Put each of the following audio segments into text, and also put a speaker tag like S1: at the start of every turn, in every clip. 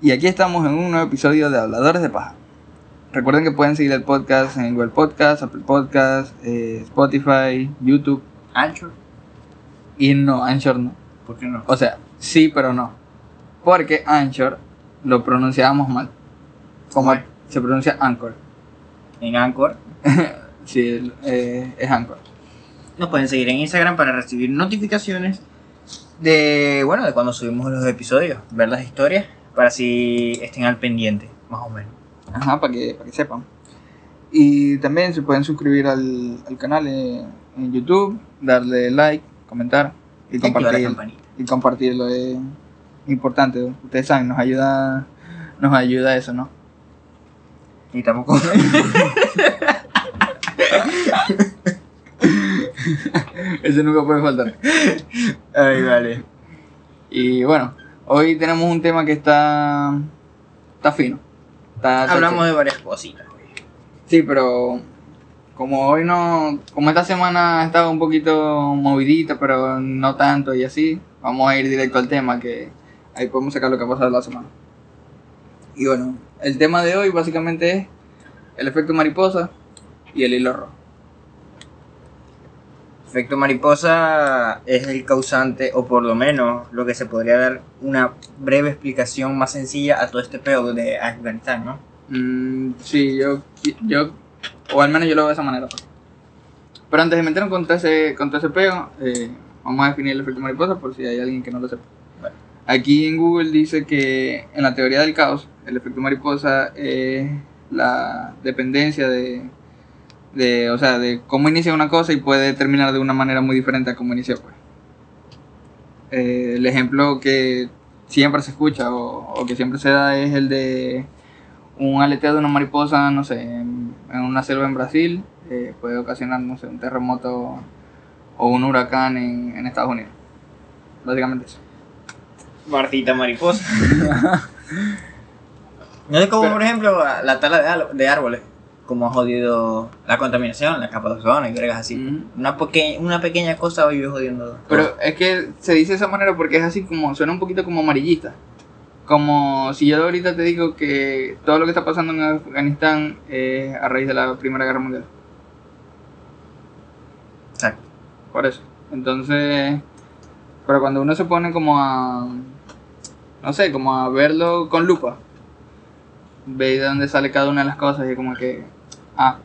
S1: Y aquí estamos en un nuevo episodio de Habladores de Paja. Recuerden que pueden seguir el podcast en Google Podcast, Apple Podcast, eh, Spotify, YouTube.
S2: Anchor,
S1: Y no, Anchor no.
S2: ¿por qué no?
S1: O sea, sí, pero no. Porque Anchor lo pronunciábamos mal. Como
S2: Bueno.
S1: se pronuncia Anchor.
S2: En Anchor.
S1: Sí, eh, es Anchor.
S2: Nos pueden seguir en Instagram para recibir notificaciones de, bueno, de cuando subimos los episodios, ver las historias, para si estén al pendiente, más o menos.
S1: Ajá, para que, para que sepan. Y también se pueden suscribir al, al canal eh, en YouTube, darle like, comentar y
S2: Activar la
S1: compartir.
S2: campanita.
S1: Y compartirlo es importante. Ustedes saben, nos ayuda, nos ayuda eso, ¿no?
S2: Y tampoco...
S1: Eso nunca puede faltar.
S2: Ay, vale.
S1: Y bueno, hoy tenemos un tema que está, está fino. Está- está
S2: Hablamos
S1: chévere.
S2: de varias cositas.
S1: Sí, pero como hoy no, como esta semana ha estado un poquito movidita, pero no tanto y así, vamos a ir directo al tema que ahí podemos sacar lo que ha pasado la semana. Y bueno, el tema de hoy básicamente es el efecto mariposa y el hilo rojo.
S2: Efecto mariposa es el causante, o por lo menos lo que se podría dar una breve explicación más sencilla a todo este pedo de Afganistán, ¿no?
S1: Mm, sí, yo, yo, o al menos yo lo veo de esa manera. pues. Pero antes de meternos con todo ese, con todo ese pego, eh, vamos a definir el efecto mariposa por si hay alguien que no lo sepa.
S2: Vale.
S1: Aquí en Google dice que en la teoría del caos, el efecto mariposa es la dependencia de, de, o sea, de cómo inicia una cosa y puede terminar de una manera muy diferente a cómo inició. Pues. Eh, el ejemplo que siempre se escucha o, o que siempre se da es el de un aleteo de una mariposa, no sé, en, en una selva en Brasil, eh, puede ocasionar, no sé, un terremoto o un huracán en, en Estados Unidos. Básicamente eso.
S2: Martita mariposa. no es como,
S1: Pero-
S2: por ejemplo, a- la tala de, al- de árboles, como ha jodido la contaminación, la capa de ozono y vergas así.
S1: Ujú.
S2: Una, peque- una pequeña cosa va a vivir jodiendo. todo.
S1: Pero es que se dice de esa manera porque es así como, suena un poquito como amarillista. Como si yo ahorita te digo que todo lo que está pasando en Afganistán es a raíz de la Primera Guerra Mundial.
S2: Exacto.
S1: Por eso. Entonces, pero cuando uno se pone como a, no sé, como a verlo con lupa, ve de dónde sale cada una de las cosas y es como que, ah,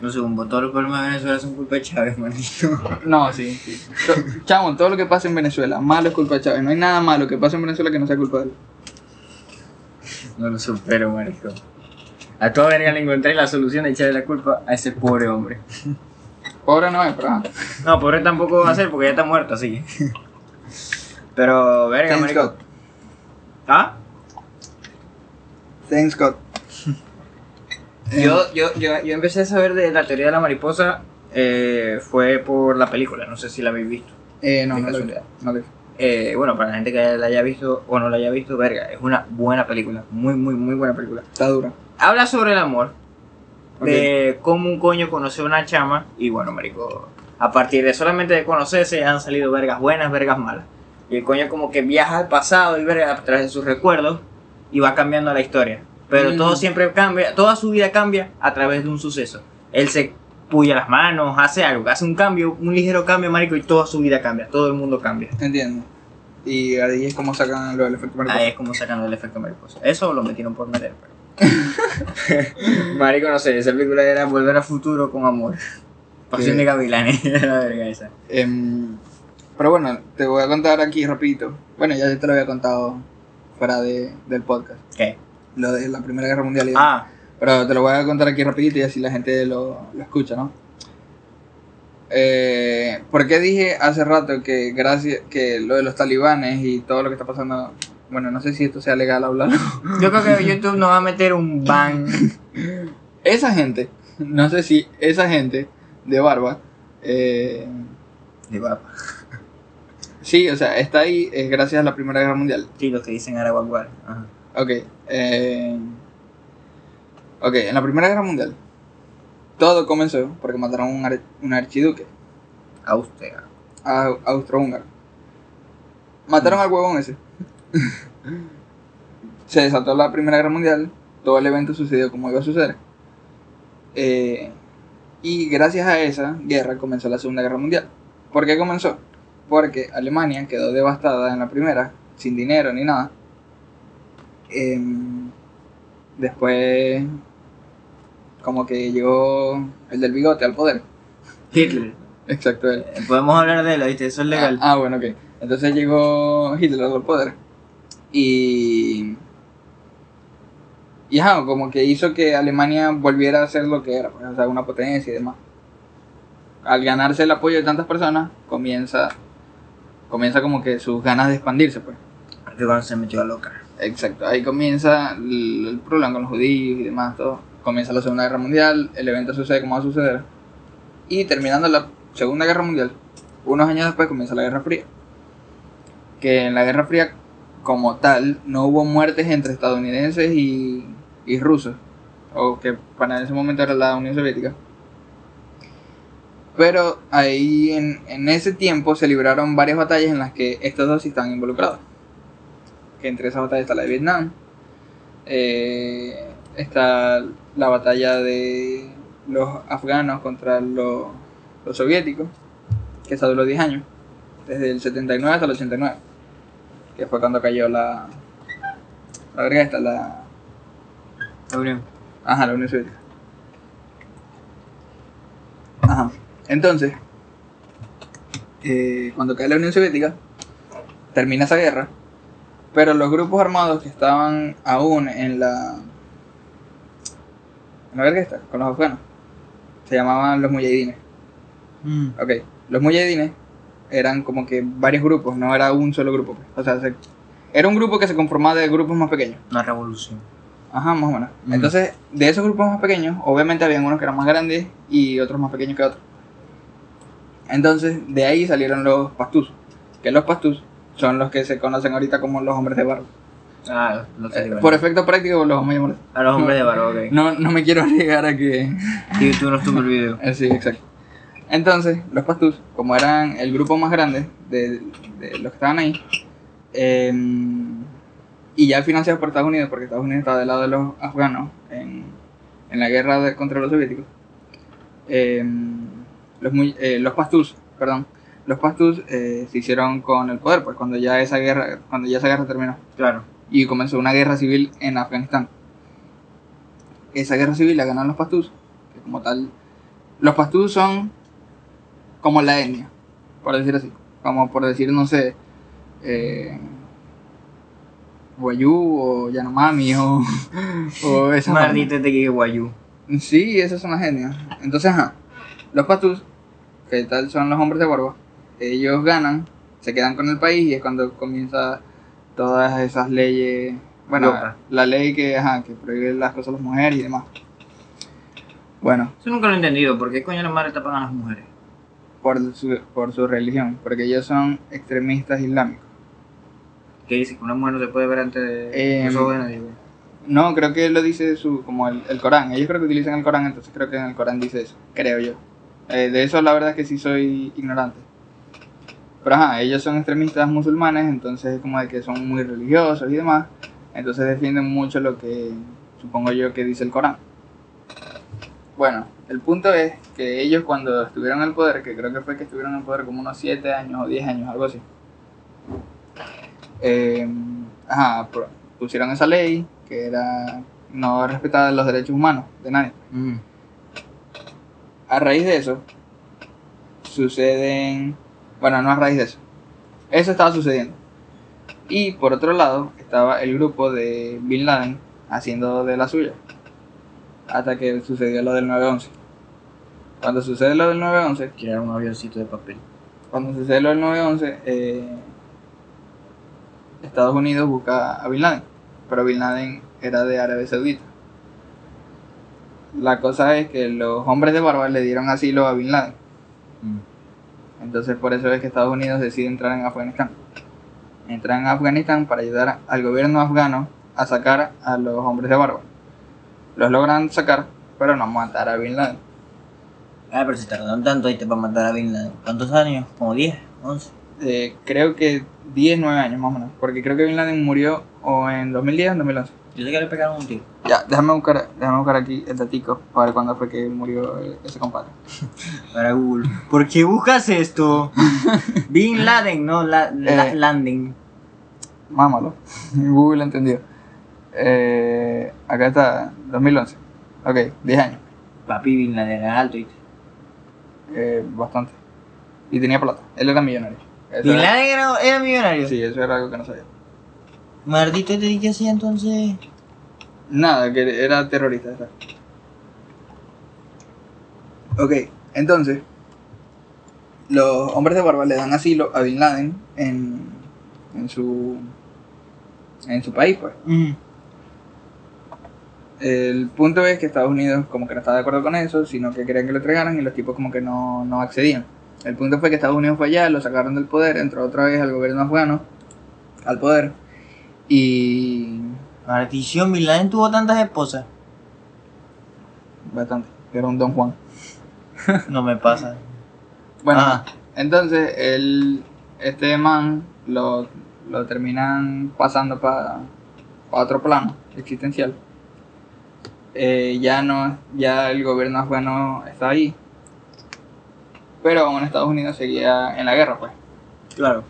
S2: No sé, un todos los problemas de Venezuela son culpa de Chávez, manito.
S1: no, sí, sí. To- Chamo, todo lo que pasa en Venezuela, malo es culpa de Chávez. No hay nada malo que pase en Venezuela que no sea culpa de él.
S2: No lo supero, marico. A toda verga le encontré la solución de echarle la culpa a ese pobre hombre.
S1: Pobre no es, pero ah. ajá.
S2: No, pobre tampoco va a ser porque ya está muerto, así. que. Pero, verga,
S1: Thanks
S2: marico.
S1: God.
S2: ¿Ah?
S1: Thanks God.
S2: Yo, yo, yo, yo empecé a saber de la teoría de la mariposa eh, fue por la película, no sé si la habéis visto.
S1: Eh, no,
S2: De
S1: no lo vi,
S2: casualidad.
S1: no lo vi.
S2: Eh, bueno, para la gente que la haya visto o no la haya visto, verga, es una buena película, muy, muy, muy buena película.
S1: Está dura.
S2: Habla sobre el amor, de cómo un coño conoce a una chama y bueno, marico, a partir de solamente de conocerse han salido vergas buenas, vergas malas. Y el coño como que viaja al pasado y verga a través de sus recuerdos y va cambiando la historia. Pero
S1: Mm.
S2: todo siempre cambia, toda su vida cambia a través de un suceso. Él se puya las manos, hace algo, hace un cambio, un ligero cambio, marico, y toda su vida cambia, todo el mundo cambia.
S1: Entiendo. Y ahí es como sacan lo del efecto mariposa.
S2: Ahí es como sacan el efecto mariposa. Eso lo metieron por meter. pero- Marico, no sé, esa película era Volver al Futuro con Amor. Pasión
S1: Sí.
S2: de Gavilanes, era la verga esa.
S1: Em, pero bueno, te voy a contar aquí rapidito. Bueno, ya te lo había contado fuera de, del podcast.
S2: ¿Qué?
S1: Lo de la Primera Guerra Mundial. y demás.
S2: Ah,
S1: Pero te lo voy a contar aquí rapidito y así la gente lo, lo escucha, ¿no? Eh, ¿Por qué dije hace rato que gracias que lo de los talibanes y todo lo que está pasando... Bueno, no sé si esto sea legal hablarlo.
S2: yo creo que YouTube nos va a meter un ban.
S1: Esa gente, no sé si esa gente de barba... Eh,
S2: De guapa.
S1: Sí, o sea, está ahí es gracias a la Primera Guerra Mundial.
S2: Sí, los que dicen Araguaguar. Ajá.
S1: Ok. eh, ok, en la Primera Guerra Mundial todo comenzó porque mataron un, ar- un archiduque
S2: Austria.
S1: a- austrohúngaro. Mataron al huevón ese. se desató la Primera Guerra Mundial, todo el evento sucedió como iba a suceder. Eh, y gracias a esa guerra comenzó la Segunda Guerra Mundial. ¿Por qué comenzó? Porque Alemania quedó devastada en la primera, sin dinero ni nada. Eh, después, como que llegó el del bigote al poder.
S2: Hitler.
S1: Exacto, él.
S2: Eh, Podemos hablar de él, ¿viste? Eso es legal.
S1: Ah, ah, bueno, ok. Entonces llegó Hitler al poder. Y. Y ajá, como que hizo que Alemania volviera a ser lo que era, pues, o sea, una potencia y demás. Al ganarse el apoyo de tantas personas, comienza. Comienza como que sus ganas de expandirse, pues.
S2: Que cuando se metió a loca.
S1: Exacto, ahí comienza el, el problema con los judíos y demás, todo. Comienza la Segunda Guerra Mundial, el evento sucede como va a suceder. Y terminando la Segunda Guerra Mundial, unos años después comienza la Guerra Fría. Que en la Guerra Fría, como tal, no hubo muertes entre estadounidenses y, y rusos, o que para ese momento era la Unión Soviética. Pero ahí en, en ese tiempo se libraron varias batallas en las que estos dos sí estaban involucrados que entre esas batallas está la de Vietnam, eh, está la batalla de los afganos contra los, los soviéticos, que esa duró 10 años, desde el 79 hasta el 89, que fue cuando cayó la... La verga esta, la...
S2: La Unión.
S1: Ajá, la Unión Soviética. Ajá. Entonces, eh, cuando cae la Unión Soviética, termina esa guerra, pero los grupos armados que estaban aún en la. En la verga esta, con los afganos. Se llamaban los mujahidines.
S2: Mm.
S1: Ok, los mujahidines eran como que varios grupos, no era un solo grupo. pues. O sea, se- era un grupo que se conformaba de grupos más pequeños.
S2: Una revolución.
S1: Ajá, más o menos.
S2: Mm.
S1: Entonces, de esos grupos más pequeños, obviamente habían unos que eran más grandes y otros más pequeños que otros. Entonces, de ahí salieron los pastus. Que los pastus son los que se conocen ahorita como los hombres de barro.
S2: Ah, los
S1: Eh,
S2: talibanes.
S1: por efecto práctico los vamos a llamar.
S2: A los hombres de barro, ok.
S1: No, no me quiero arriesgar a que...
S2: Y tú no estuvo el video.
S1: eh, Sí, exacto. Entonces, los pastus, como eran el grupo más grande de, de los que estaban ahí, eh, y ya financiados por Estados Unidos, porque Estados Unidos estaba del lado de los afganos en, en la guerra de- contra los soviéticos, eh, los, muy- eh, los pastus, perdón, los pastus eh, se hicieron con el poder, pues cuando ya esa guerra, cuando ya esa guerra terminó
S2: Claro.
S1: y comenzó una guerra civil en Afganistán. Esa guerra civil la ganaron los pastús, que como tal, los pastús son como la etnia, por decir así, como por decir, no sé, eh, Wayú o Yanomami o, o esas bandas.
S2: Maldita de Guayú.
S1: Sí, esas son las etnias. Entonces, ajá, los patus, que tal son los hombres de barba, ellos ganan, se quedan con el país y es cuando comienza todas esas leyes, bueno,
S2: Loca.
S1: la ley que, ajá, que prohíbe las cosas a las mujeres y demás. Bueno,
S2: Eso nunca lo he entendido. ¿Por qué coño la madre tapan a las mujeres?
S1: por su, por su religión, porque ellos son extremistas islámicos.
S2: ¿Qué dice? Que una mujer no se puede ver antes de
S1: Eh,
S2: los ojos de nadie. güey.
S1: No, creo que lo dice su, como el, el Corán. Ellos creo que utilizan el Corán, entonces creo que en el Corán dice eso, creo yo. Eh, de eso la verdad es que sí soy ignorante. Pero ajá, ellos son extremistas musulmanes, entonces es como de que son muy religiosos y demás. Entonces defienden mucho lo que supongo yo que dice el Corán. Bueno, el punto es que ellos cuando estuvieron en el poder, que creo que fue que estuvieron en el poder como unos 7 años o 10 años, algo así. eh, ajá, pro- pusieron esa ley que era no respetar los derechos humanos de nadie.
S2: Mm.
S1: A raíz de eso, suceden. Bueno, no a raíz de eso. Eso estaba sucediendo. Y por otro lado, estaba el grupo de Bin Laden haciendo de la suya. Hasta que sucedió lo del 9-11. Cuando sucede lo del 9-11,
S2: Crear un avioncito de papel.
S1: cuando sucede lo del 9-11, eh, Estados Unidos busca a Bin Laden, pero Bin Laden era de Arabia Saudita. La cosa es que los hombres de barba le dieron asilo a Bin Laden,
S2: Mm.
S1: entonces por eso es que Estados Unidos decide entrar en Afganistán. Entra en Afganistán para ayudar al gobierno afgano a sacar a los hombres de barba. Los logran sacar, pero no matar a Bin Laden.
S2: Ah, pero se tardaron tanto ahí para matar a Bin Laden. ¿Cuántos años? Como 10, 11.
S1: eh, creo que 10, 9 años más o menos. Porque creo que Bin Laden murió o en 2010 o en 2011.
S2: Yo sé que le pegaron un tiro.
S1: Ya, déjame buscar, déjame buscar aquí el datico para ver cuándo fue que murió eh, ese compadre.
S2: Para Google. ¿Por qué buscas esto? Bin Laden, no la, la-
S1: Eh.
S2: Landing.
S1: Mámalo. Google entendió. Eh, acá está, 2011. Ok, 10 años.
S2: Papi Bin Laden era alto. ¿viste?
S1: Eh, bastante. Y tenía plata. Él era millonario. Eso
S2: Bin
S1: era-
S2: Laden era, era millonario.
S1: Sí, eso era algo que no sabía.
S2: Maldito te dije así entonces.
S1: Nada, que era terrorista. era. Ok, entonces, los hombres de barba le dan asilo a Bin Laden en, en su en su país, pues.
S2: Mm.
S1: El punto es que Estados Unidos como que no estaba de acuerdo con eso, sino que querían que lo entregaran y los tipos como que no, no accedían. El punto fue que Estados Unidos fue allá, lo sacaron del poder, entró otra vez al gobierno afgano, al poder, y
S2: Maldición, Bin Laden tuvo tantas esposas.
S1: bastante, era un Don Juan.
S2: No me pasa. Ah.
S1: Bueno,
S2: Ajá.
S1: entonces él, este man lo, lo terminan pasando para otro plano existencial. Eh, ya no, ya el gobierno afgano está ahí. Pero aún Estados Unidos seguía en la guerra, pues.
S2: Claro.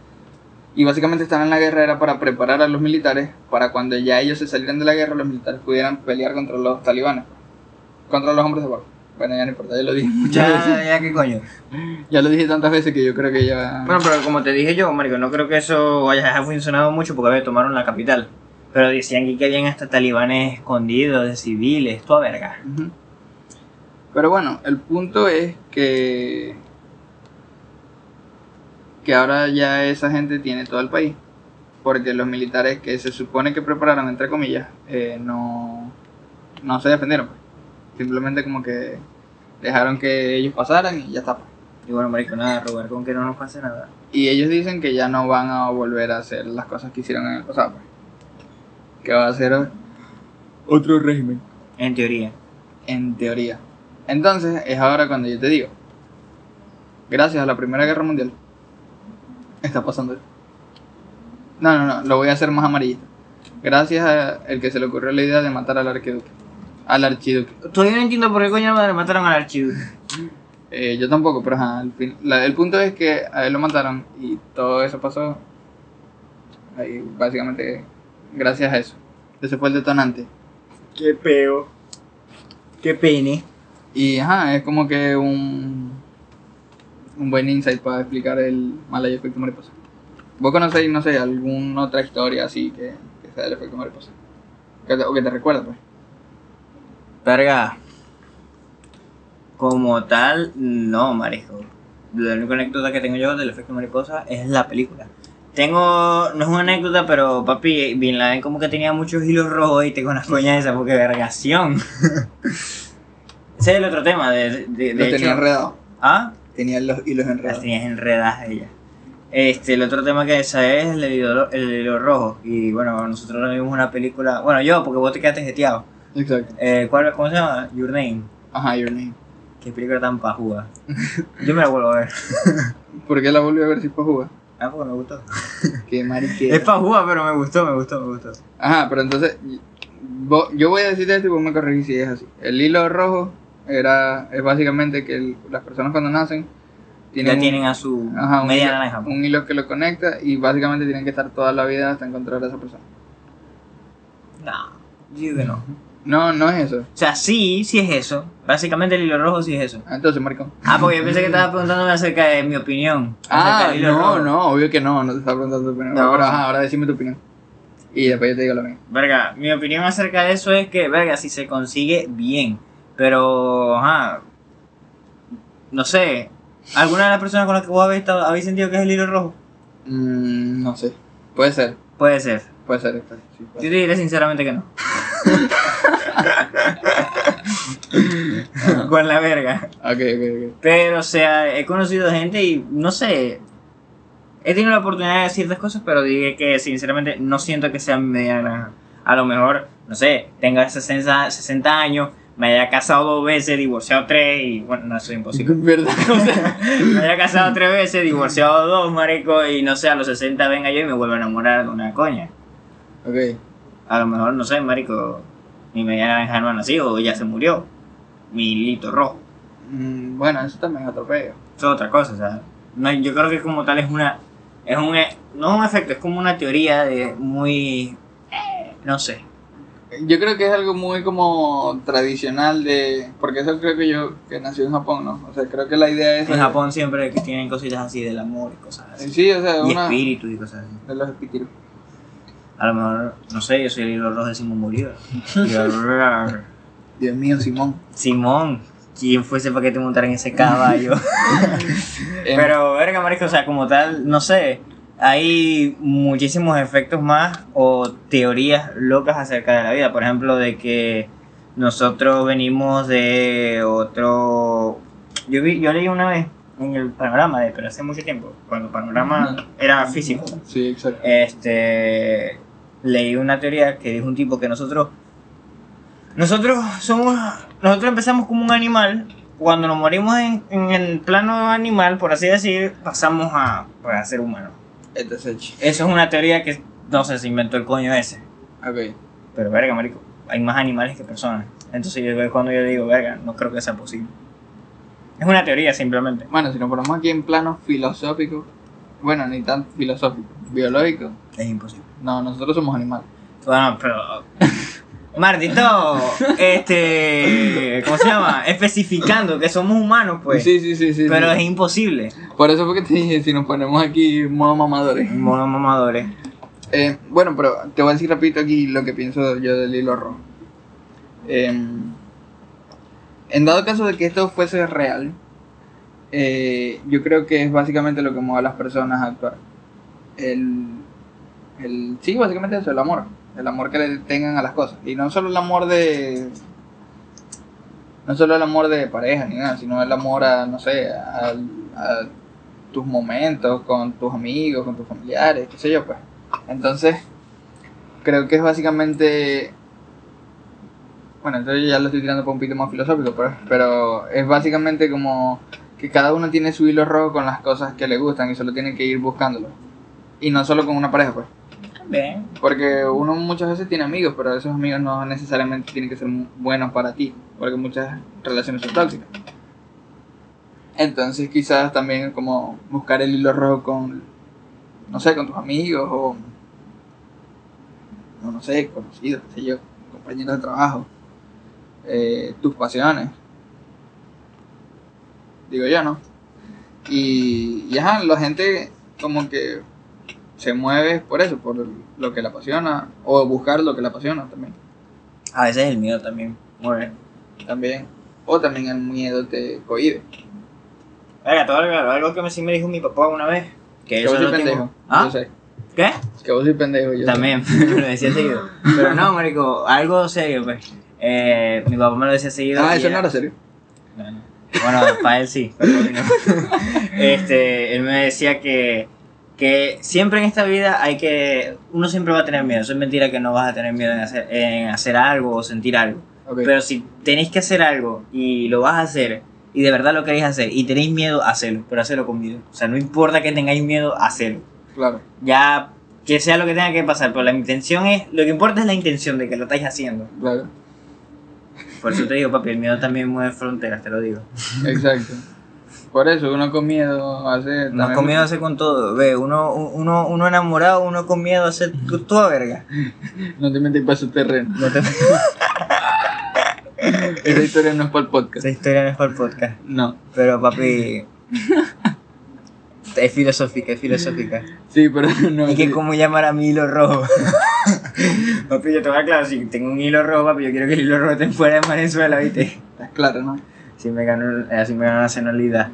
S1: Y básicamente estaban en la guerra era para preparar a los militares para cuando ya ellos se salieran de la guerra, los militares pudieran pelear contra los talibanes, contra los hombres de barba. Bueno, ya no importa, ya lo dije muchas veces.
S2: Ya, ya, qué coño.
S1: Ya lo dije tantas veces que yo creo que ya.
S2: Bueno, pero como te dije yo, Marico, no creo que eso haya funcionado mucho porque a ver, tomaron la capital. Pero decían que, que habían hasta talibanes escondidos, de civiles, toda verga.
S1: Ujú. Pero bueno, el punto es que. que ahora ya esa gente tiene todo el país. Porque los militares que se supone que prepararon, entre comillas, eh, no. no se defendieron. pues. Simplemente como que dejaron que ellos pasaran y ya está. pues.
S2: Y bueno, Marico, nada, rogar con que no nos pase nada.
S1: Y ellos dicen que ya no van a volver a hacer las cosas que hicieron en el pasado. pues. Que va a ser otro régimen.
S2: En teoría.
S1: en teoría. Entonces es ahora cuando yo te digo, gracias a la Primera Guerra Mundial, está pasando. esto. No, no, no, lo voy a hacer más amarillito. Gracias a el que se le ocurrió la idea de matar al arquiduque. Al archiduque.
S2: Todavía no entiendo por qué coño le mataron al archiduque.
S1: Eh, yo tampoco, pero ajá, al fin- la- el punto es que a él lo mataron y todo eso pasó. Ahí, básicamente, gracias a eso. Ese fue el detonante.
S2: Qué peo. Qué pene.
S1: Y ajá, es como que un, un buen insight para explicar el Malaya efecto mariposa. ¿Vos conocéis, no sé, alguna otra historia así que, que sea del efecto mariposa? Que te- o que te recuerda, pues.
S2: Verga. Como tal, no, Marico. La única anécdota que tengo yo del efecto mariposa es la película. Tengo, no es una anécdota, pero papi, Bin Laden como que tenía muchos hilos rojos y tengo unas coñas esas porque vergación. Ese es el otro tema, de, de, de
S1: Los
S2: hecho.
S1: tenía enredados.
S2: ¿Ah?
S1: Tenía los hilos
S2: Las
S1: enredados.
S2: tenías enredadas ella. Este, el otro tema que esa es el hilo, el hilo rojo. Y bueno, nosotros vimos una película, bueno yo, porque vos te quedaste jeteado.
S1: Exacto.
S2: Eh, ¿cuál, ¿Cómo se llama? Your Name.
S1: Ajá, Your Name.
S2: Qué película tan pajuda. Yo me la vuelvo a ver.
S1: ¿Por qué la volví a ver si es para jugar?
S2: Ah, porque me gustó.
S1: Qué mariquera.
S2: Es pajuda, pero me gustó, me gustó, me gustó.
S1: Ajá, pero entonces, vos- yo voy a decirte esto y vos me corregís si es así. El hilo rojo era, es básicamente que el- las personas cuando nacen
S2: Ya
S1: un-
S2: tienen a su
S1: Ajá, un,
S2: media
S1: hilo,
S2: naranja. pues.
S1: un hilo que lo conecta y básicamente tienen que estar toda la vida hasta encontrar a esa persona.
S2: No, yo digo que no.
S1: No, no es eso.
S2: O sea, sí, sí es eso. Básicamente el hilo rojo sí es eso.
S1: Ah, Entonces, maricón.
S2: Ah, porque yo pensé que estaba preguntándome acerca de mi opinión. acerca
S1: Ah,
S2: del hilo
S1: no,
S2: rojo.
S1: no, obvio que no, no te estaba preguntando tu opinión.
S2: No.
S1: Pero ajá, ahora decime tu opinión. Y después yo te digo la mía.
S2: Verga, mi opinión acerca de eso es que, verga, si se consigue, bien. Pero, ajá. No sé. ¿Alguna de las personas con las que vos habéis, estado- habéis sentido que es el hilo rojo?
S1: Mm, no sé. Puede ser,
S2: Puede ser.
S1: puede ser. está- sí, puede
S2: Yo te diré sinceramente que no. Con la verga.
S1: ser. Ok, ok, ok.
S2: Pero, o sea, he conocido gente y no sé. He tenido la oportunidad de decir ciertas cosas, pero dije que sinceramente no siento que sea mi media naranja. A lo mejor, no sé, tenga 60, 60 años, me haya casado dos veces, divorciado tres y bueno, no, eso es imposible.
S1: ¿Verdad?
S2: O sea, me haya casado tres veces, divorciado dos, marico, y no sé, a los 60 venga yo y me vuelvo a enamorar de una coña.
S1: ok.
S2: A lo mejor, no sé, marico, mi media naranja no ha nacido o ya se murió. Mi hilito rojo.
S1: Mm, bueno, eso también es atropello.
S2: Eso es otra cosa, o sea, no, yo creo que como tal es una, es un, e- no es un efecto, es como una teoría de muy, eh, no sé,
S1: Yo creo que es algo muy como tradicional de... Porque eso creo que yo, que nació en Japón, ¿no? O sea, creo que la idea es...
S2: en Japón siempre que tienen cositas así del amor y cosas así,
S1: Sí, o sea,
S2: y
S1: una... De
S2: espíritu y cosas así.
S1: los espíritus.
S2: A lo mejor, no sé, yo soy el hilo rojo de Simón Bolívar.
S1: Dios mío, Simón.
S2: Simón, quien fuese para que te montara en ese caballo.
S1: Em,
S2: Pero, verga, marico, o sea, como tal, no sé. Hay muchísimos efectos más o teorías locas acerca de la vida. Por ejemplo, de que nosotros venimos de otro... Yo, vi, yo leí una vez en el panorama, de, pero hace mucho tiempo, cuando el panorama era físico.
S1: Sí, exacto.
S2: Este, leí una teoría que dijo un tipo que nosotros, nosotros somos, nosotros empezamos como un animal, cuando nos morimos en, en el plano animal, por así decir, pasamos a, pues, a ser humano.
S1: Este es H.
S2: Eso es una teoría que, no sé, se inventó el coño ese.
S1: Ok.
S2: Pero verga, marico, hay más animales que personas. Entonces yo cuando yo digo, verga, no creo que sea posible. Es una teoría simplemente.
S1: Bueno, si nos ponemos aquí en plano filosófico... Bueno, ni tan filosófico. Biológico.
S2: Es imposible.
S1: No, nosotros somos animales.
S2: Bueno, pero. Martito, este. ¿Cómo se llama? Especificando que somos humanos, pues.
S1: sí, sí, sí, sí.
S2: pero
S1: sí.
S2: es imposible.
S1: Por eso fue que te dije, si nos ponemos aquí modo mamadores.
S2: Monos mamadores.
S1: Eh, bueno, pero te voy a decir rapidito aquí lo que pienso yo del hilo rojo. Em, en dado caso de que esto fuese real, eh, yo creo que es básicamente lo que mueve a las personas a actuar. El, el, sí, básicamente eso, el amor. El amor que le tengan a las cosas. Y no solo el amor de... No solo el amor de pareja ni nada, sino el amor a, no sé, al- a tus momentos con tus amigos, con tus familiares, qué sé yo, pues. Entonces, creo que es básicamente. Bueno, entonces ya lo estoy tirando para un poquito más filosófico, pero, pero es básicamente como que cada uno tiene su hilo rojo con las cosas que le gustan y solo tiene que ir buscándolo. Y no solo con una pareja, pues.
S2: Bien.
S1: Porque uno muchas veces tiene amigos, pero esos amigos no necesariamente tienen que ser mu- buenos para ti, porque muchas relaciones son tóxicas. Entonces quizás también como buscar el hilo rojo con, no sé, con tus amigos o, o no sé, conocidos, qué sé yo, compañeros de trabajo, eh, tus pasiones, digo yo, ¿no? Y, y ajá, la gente como que se mueve por eso, por lo que le apasiona, o buscar lo que le apasiona también.
S2: A veces el miedo también. Muy bien.
S1: también. O también el miedo te cohíbe.
S2: Verga, todo algo, algo que me, sí me dijo mi papá una vez. Que
S1: Que
S2: eso
S1: vos soy
S2: lo tengo-
S1: pendejo.
S2: ¿Ah?
S1: Yo sé.
S2: ¿Qué?
S1: Que vos soy pendejo. Yo
S2: También, me lo decía seguido. Pero no, marico, algo serio, pues. Eh, mi papá me lo decía
S1: sé.
S2: seguido.
S1: Ah,
S2: y
S1: eso no
S2: era-
S1: era serio.
S2: No, no. Bueno, para él sí. pero para mí no. Este, él me decía que, que siempre en esta vida hay que. Uno siempre va a tener miedo. Eso es mentira que no vas a tener miedo en hacer, en hacer algo o sentir algo.
S1: Ok.
S2: Pero si tenéis que hacer algo y lo vas a hacer y de verdad lo queréis hacer y tenéis miedo, hacerlo. Pero hacerlo con miedo. O sea, no importa que tengáis miedo, hacerlo.
S1: Claro.
S2: Ya que sea lo que tenga que pasar. Pero la intención es. Lo que importa es la intención de que lo estáis haciendo.
S1: Claro.
S2: Por eso te digo, papi, el miedo también mueve fronteras, te lo digo.
S1: Exacto. Por eso uno con miedo hace.
S2: No con miedo hace con todo, ve, uno, uno, uno enamorado, uno con miedo hace tu- toda verga.
S1: No te metes para su terreno.
S2: No te-
S1: Esa historia no es para el podcast.
S2: Esa historia no es para el podcast.
S1: No.
S2: Pero papi. Es filosófica, es filosófica.
S1: Sí, pero no.
S2: Y que
S1: sí.
S2: cómo llamar a mi hilo rojo. papi, yo te voy a aclarar, si tengo un hilo rojo, papi, yo quiero que el hilo rojo esté fuera de Venezuela, viste.
S1: Estás claro, ¿no?
S2: Si me ganó, así me ganó nacionalidad.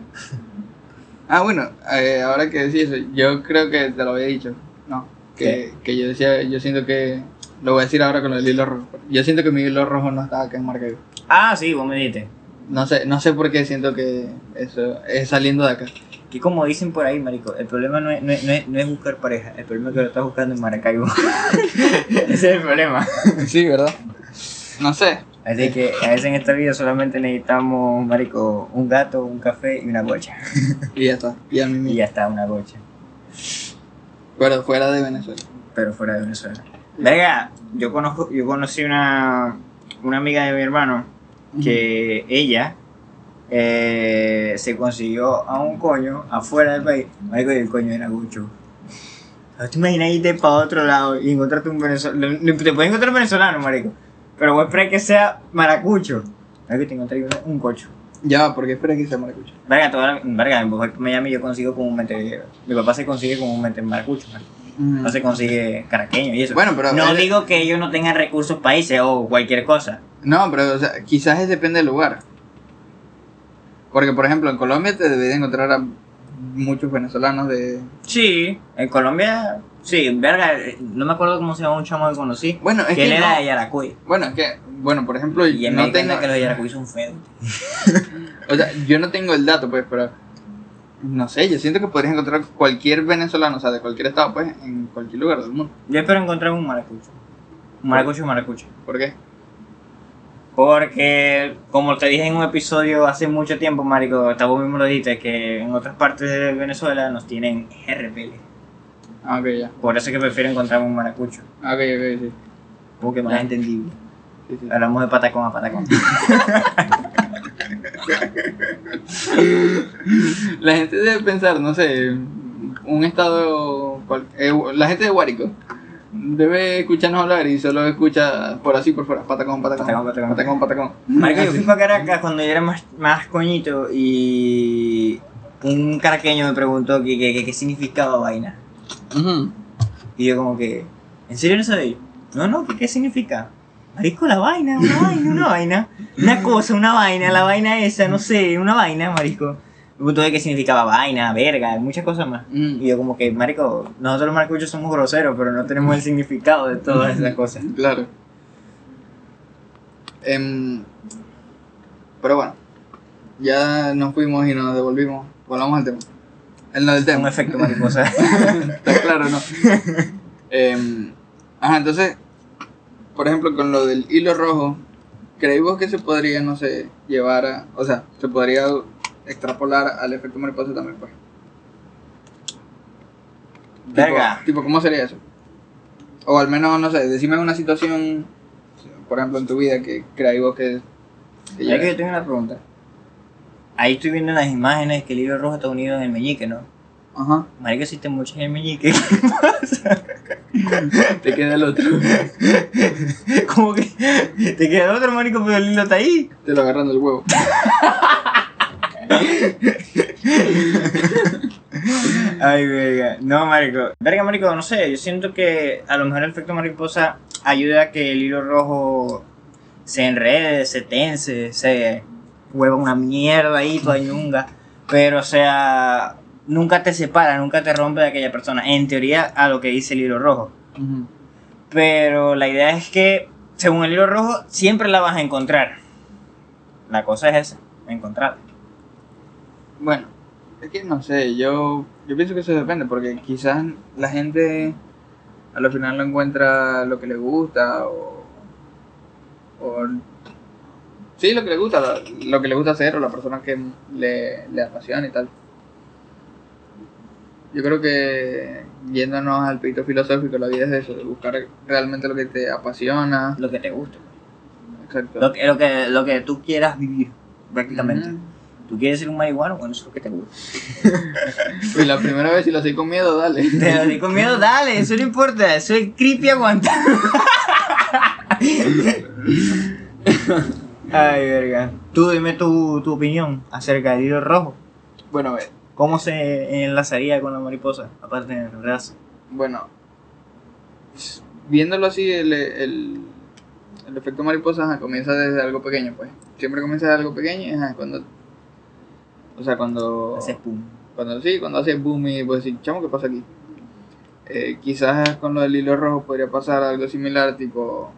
S1: Ah, bueno, eh, ahora que decís eso, yo creo que te lo había dicho, ¿no? Que, que yo decía, yo siento que, lo voy a decir ahora con el hilo rojo, yo siento que mi hilo rojo no está acá en Maracaibo.
S2: Ah, sí, vos me dijiste.
S1: No sé, no sé por qué siento que eso es saliendo de acá.
S2: Que como dicen por ahí, marico, el problema no es, no es- no es- no es buscar pareja, el problema es que lo estás buscando en Maracaibo. Ese es el problema.
S1: sí, ¿verdad? No sé,
S2: Así que a veces en esta vida solamente necesitamos, marico, un gato, un café y una gocha.
S1: Y ya está. Y a mí
S2: Y
S1: mismo.
S2: ya está, una gocha.
S1: Pero fuera de Venezuela.
S2: Pero fuera de Venezuela. Verga, yo conozco, yo conocí una, una amiga de mi hermano que ella eh, se consiguió a un coño afuera del país. Marico, y el coño era Gucho. Ahora ¿Te imaginas irte para otro lado y encontrarte un venezolano? Te puedes encontrar venezolano, marico. Pero voy a esperar que sea maracucho. Marico, te encontré un, un cocho.
S1: Ya va, porque espera que se maracucho.
S2: Verga, toda la- verga, en Bogotá, Miami yo consigo comúnmente. Mi papá se consigue comúnmente maracucho, marico. No se consigue caraqueño y eso.
S1: Bueno, pero-
S2: no
S1: eh,
S2: digo que ellos no tengan recursos países o cualquier cosa.
S1: No, pero o sea, quizás es depende del lugar. Porque, por ejemplo, en Colombia te debes de encontrar a muchos venezolanos de...
S2: Sí, en Colombia, sí, verga, eh, no me acuerdo cómo se llama un chamo que conocí.
S1: Bueno, es
S2: que él
S1: que
S2: era
S1: no-
S2: de Yaracuy.
S1: Bueno, es que, bueno, por ejemplo,
S2: Y en
S1: no
S2: México
S1: tengo,
S2: que los de Yaracuy son feos.
S1: o sea, yo no tengo el dato, pues, pero no sé, yo siento que podrías encontrar cualquier venezolano, o sea, de cualquier estado, pues, en cualquier lugar del mundo.
S2: Yo espero encontrar un maracucho. Un maracucho, un maracucho.
S1: ¿Por qué?
S2: Porque, como te dije en un episodio hace mucho tiempo, Marico, hasta vos mismo lo dijiste, que en otras partes de Venezuela nos tienen RPL.
S1: Ah, ok, ya.
S2: Por eso es que prefiero encontrar un maracucho.
S1: Ah, Ok, ok, sí.
S2: Porque más entendible.
S1: sí, sí.
S2: Hablamos de patacón a patacón.
S1: La gente debe pensar, no sé, un estado... cual- eh, la gente de Guárico debe escucharnos hablar y solo escucha por así, por fuera, patacón, patacón,
S2: Patacón, patacón.
S1: patacón. patacón.
S2: Marico, yo fui para Caracas cuando yo era más, más coñito y un caraqueño me preguntó qué que, que- qué significaba vaina.
S1: Ujú.
S2: Y yo como que, ¿en serio no sabéis? No, no, ¿qué, qué significa? Marico, la vaina, una vaina, una vaina. Una cosa, una vaina, la vaina esa, no sé, una vaina, marico. Me preguntó de qué significaba vaina, verga, muchas cosas más.
S1: Mm.
S2: Y yo como que, marico, nosotros los maracuchos somos groseros, pero no tenemos el significado de todas esas cosas.
S1: Claro. Em, pero bueno, ya nos fuimos y nos devolvimos. Volvamos al tema. El no del
S2: Un
S1: tema.
S2: efecto mariposa.
S1: Está claro, ¿no? Em, ajá, entonces, por ejemplo, con lo del hilo rojo, ¿creéis vos que se podría, no sé, llevar a. O sea, se podría extrapolar al efecto mariposa también, pues? Tipo-
S2: Verga.
S1: Tipo, ¿cómo sería eso? O al menos, no sé, decime una situación, por ejemplo, en tu vida que creáis vos que... que
S2: Ya que yo
S1: llegue.
S2: tengo una pregunta. Ahí estoy viendo las imágenes que el libro rojo está unido en el meñique, ¿no?
S1: Ajá,
S2: Marico, existen muchas en el meñique.
S1: te queda el otro.
S2: Como que te queda el otro, marico, pero el hilo está ahí.
S1: Te lo agarran del huevo.
S2: Ay, verga. No, marico. Verga, marico, no sé. Yo siento que a lo mejor el efecto mariposa ayuda a que el hilo rojo se enrede, se tense, se hueva una mierda ahí, toda ñunga. Pero, o sea, nunca te separa, nunca te rompe de aquella persona. En teoría, a lo que dice el hilo rojo.
S1: Ujú.
S2: Pero la idea es que, según el hilo rojo, siempre la vas a encontrar. La cosa es esa, encontrarla.
S1: Bueno, es que no sé, yo, yo pienso que eso depende, porque quizás la gente a lo final no encuentra lo que le gusta o... o sí, lo que le gusta, lo- lo que le gusta hacer o la persona que le, le apasiona y tal. Yo creo que yéndonos al pito filosófico, la vida es eso, de buscar realmente lo que te apasiona.
S2: Lo que te guste. pues.
S1: Exacto.
S2: Lo que, lo que, lo que tú quieras vivir, prácticamente.
S1: Ujú.
S2: ¿Tú quieres ser un marihuano? Bueno, eso es lo que te gusta.
S1: Y la primera vez si lo sé con miedo, dale.
S2: Te lo digo con miedo, dale, eso no importa. Eso es creepy aguantar. Ay, verga. Tú dime tu, tu opinión acerca del hilo rojo.
S1: Bueno, a ver.
S2: ¿Cómo se enlazaría con la mariposa? Aparte del brazo.
S1: Bueno, pues, viéndolo así, el, el, el efecto mariposa ajá, comienza desde algo pequeño, pues. Siempre comienza desde algo pequeño y ajá, cuando. O sea, cuando.
S2: Haces pum.
S1: Cuando sí, cuando hace boom y pues decir, chamo, ¿qué pasa aquí? Eh, quizás con lo del hilo rojo podría pasar algo similar, tipo.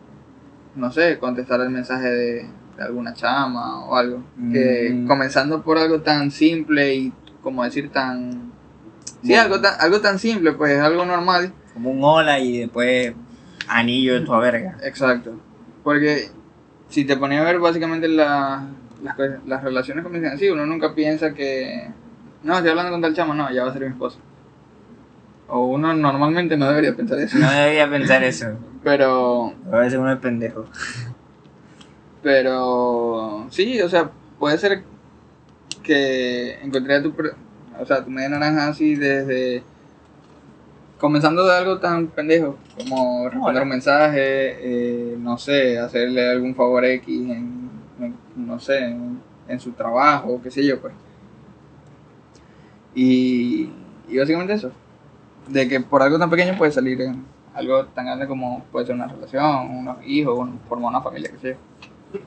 S1: No sé, contestar el mensaje de, de alguna chama o algo. Que
S2: Mm.
S1: comenzando por algo tan simple y, como decir, tan. Sí,
S2: Bueno.
S1: algo tan, algo tan simple, pues algo normal.
S2: como un hola y después anillo de tu verga.
S1: Exacto. Porque si te pones a ver básicamente la- las, cosas- las relaciones comienzan así, uno nunca piensa que, no, estoy hablando con tal chamo, no, ya va a ser mi esposa. O uno normalmente no debería pensar eso,
S2: No debería pensar eso.
S1: pero,
S2: A veces uno es pendejo.
S1: pero, sí, o sea, puede ser que encontré a tu, per- o sea, tu media naranja así desde, comenzando de algo tan pendejo, como responder
S2: Hola.
S1: un mensaje, eh, no sé, hacerle algún favor X en, en- no sé, en, en su trabajo, qué sé yo, pues. Y, y básicamente eso, de que por algo tan pequeño puede salir en algo tan grande como puede ser una relación, unos hijos, un- formar una familia, qué sé yo.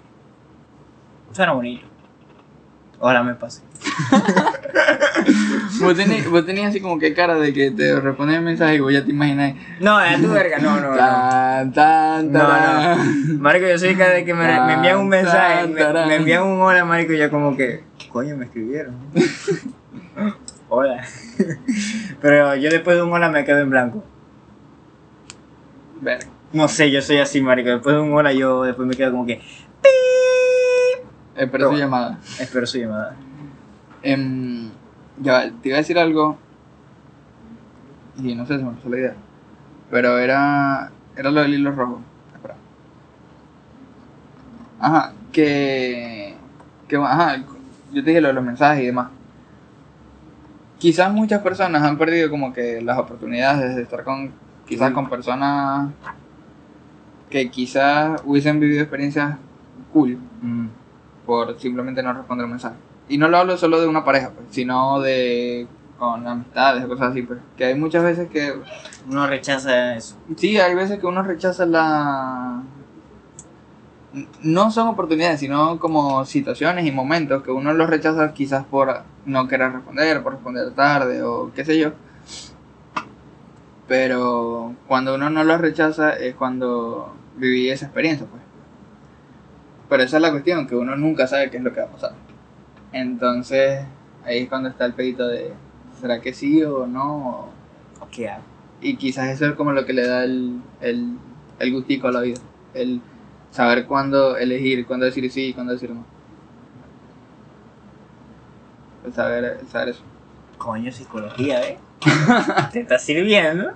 S2: Suena bonito. Ahora me pasé.
S1: Vos tenías, vos tenías así como que cara de que te responden el mensaje y vos ya te imaginas.
S2: No, a tu verga, no, no, no.
S1: Tan, tan,
S2: No, no.
S1: tarán.
S2: Marico, yo soy cada vez que me, me envían un mensaje, me, me envían un hola, marico, y yo como que, coño, me escribieron. hola. Pero yo después de un hola me quedo en blanco.
S1: Verga. eh,
S2: No sé, yo soy así, marico. Después de un hola yo después me quedo como que,
S1: Espero su
S2: Pero-
S1: llamada.
S2: espero su llamada.
S1: Em, ya, va, te iba a decir algo. Y no sé, se me pasó la idea. Pero era. Era lo del hilo rojo. Espera. Ajá, que. que ajá, yo te dije lo de los mensajes y demás. Quizás muchas personas han perdido como que las oportunidades de estar con. Quizás con personas. que quizás hubiesen vivido experiencias cool
S2: Mm.
S1: por simplemente no responder un mensaje. Y no lo hablo solo de una pareja, pues, sino de con amistades, cosas así, pues. Que hay muchas veces que
S2: Uno rechaza eso.
S1: sí, hay veces que uno rechaza la no son oportunidades, sino como situaciones y momentos que uno los rechaza quizás por no querer responder, por responder tarde o qué sé yo. Pero cuando uno no los rechaza es cuando viví esa experiencia, pues. Pero esa es la cuestión, que uno nunca sabe qué es lo que va a pasar. Entonces, ahí es cuando está el pedito de, ¿será que sí o no? O-
S2: ¿Qué hago?
S1: y quizás eso es como lo que le da el, el, el gustico a la vida. El saber cuándo elegir, cuándo decir sí y cuándo decir no. El saber, el saber eso.
S2: Coño, psicología, ¿eh? ¿Te está sirviendo?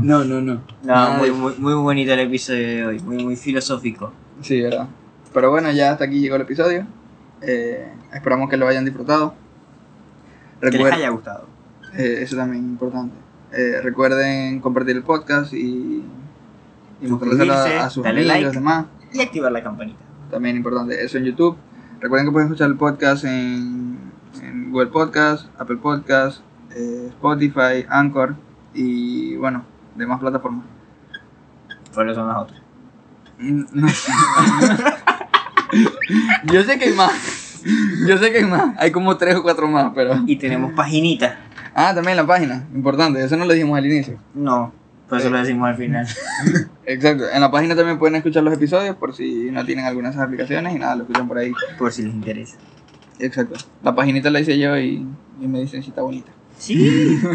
S1: No, no, no.
S2: No, Ah, muy, muy, muy bonito el episodio de hoy, muy, muy filosófico.
S1: Sí, verdad. Pero bueno, ya hasta aquí llegó el episodio. Eh, esperamos que lo hayan disfrutado.
S2: Que les
S1: Recuer-
S2: haya gustado.
S1: eh, eso también es importante. Eh, recuerden compartir el podcast y, y mostrárselo a, a sus
S2: darle
S1: amigos y los
S2: like.
S1: demás.
S2: Y activar la campanita.
S1: también importante. Eso en YouTube. Recuerden que pueden escuchar el podcast en, en Google Podcast, Apple Podcast, eh, Spotify, Anchor y bueno, demás plataformas.
S2: ¿Cuáles son las otras?
S1: Mm, no sé. Yo sé que hay más. Yo sé que hay más. Hay como tres o cuatro más, pero.
S2: Y tenemos paginitas.
S1: Ah, también la página. Importante. Eso no lo dijimos al inicio.
S2: No, por eso
S1: Sí.
S2: lo decimos al final.
S1: Exacto. En la página también pueden escuchar los episodios por si no tienen alguna de esas aplicaciones y nada, lo escuchan por ahí.
S2: Por si les interesa.
S1: Exacto. La paginita la hice yo y, y me dicen si está bonita.
S2: Sí.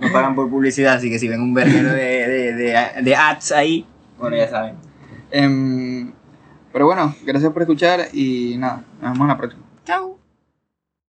S2: No pagan por publicidad, así que si ven un verguero de, de, de, de ads ahí, bueno, ya saben.
S1: Em, pero bueno, gracias por escuchar y nada, nos vemos en la próxima.
S2: Chao.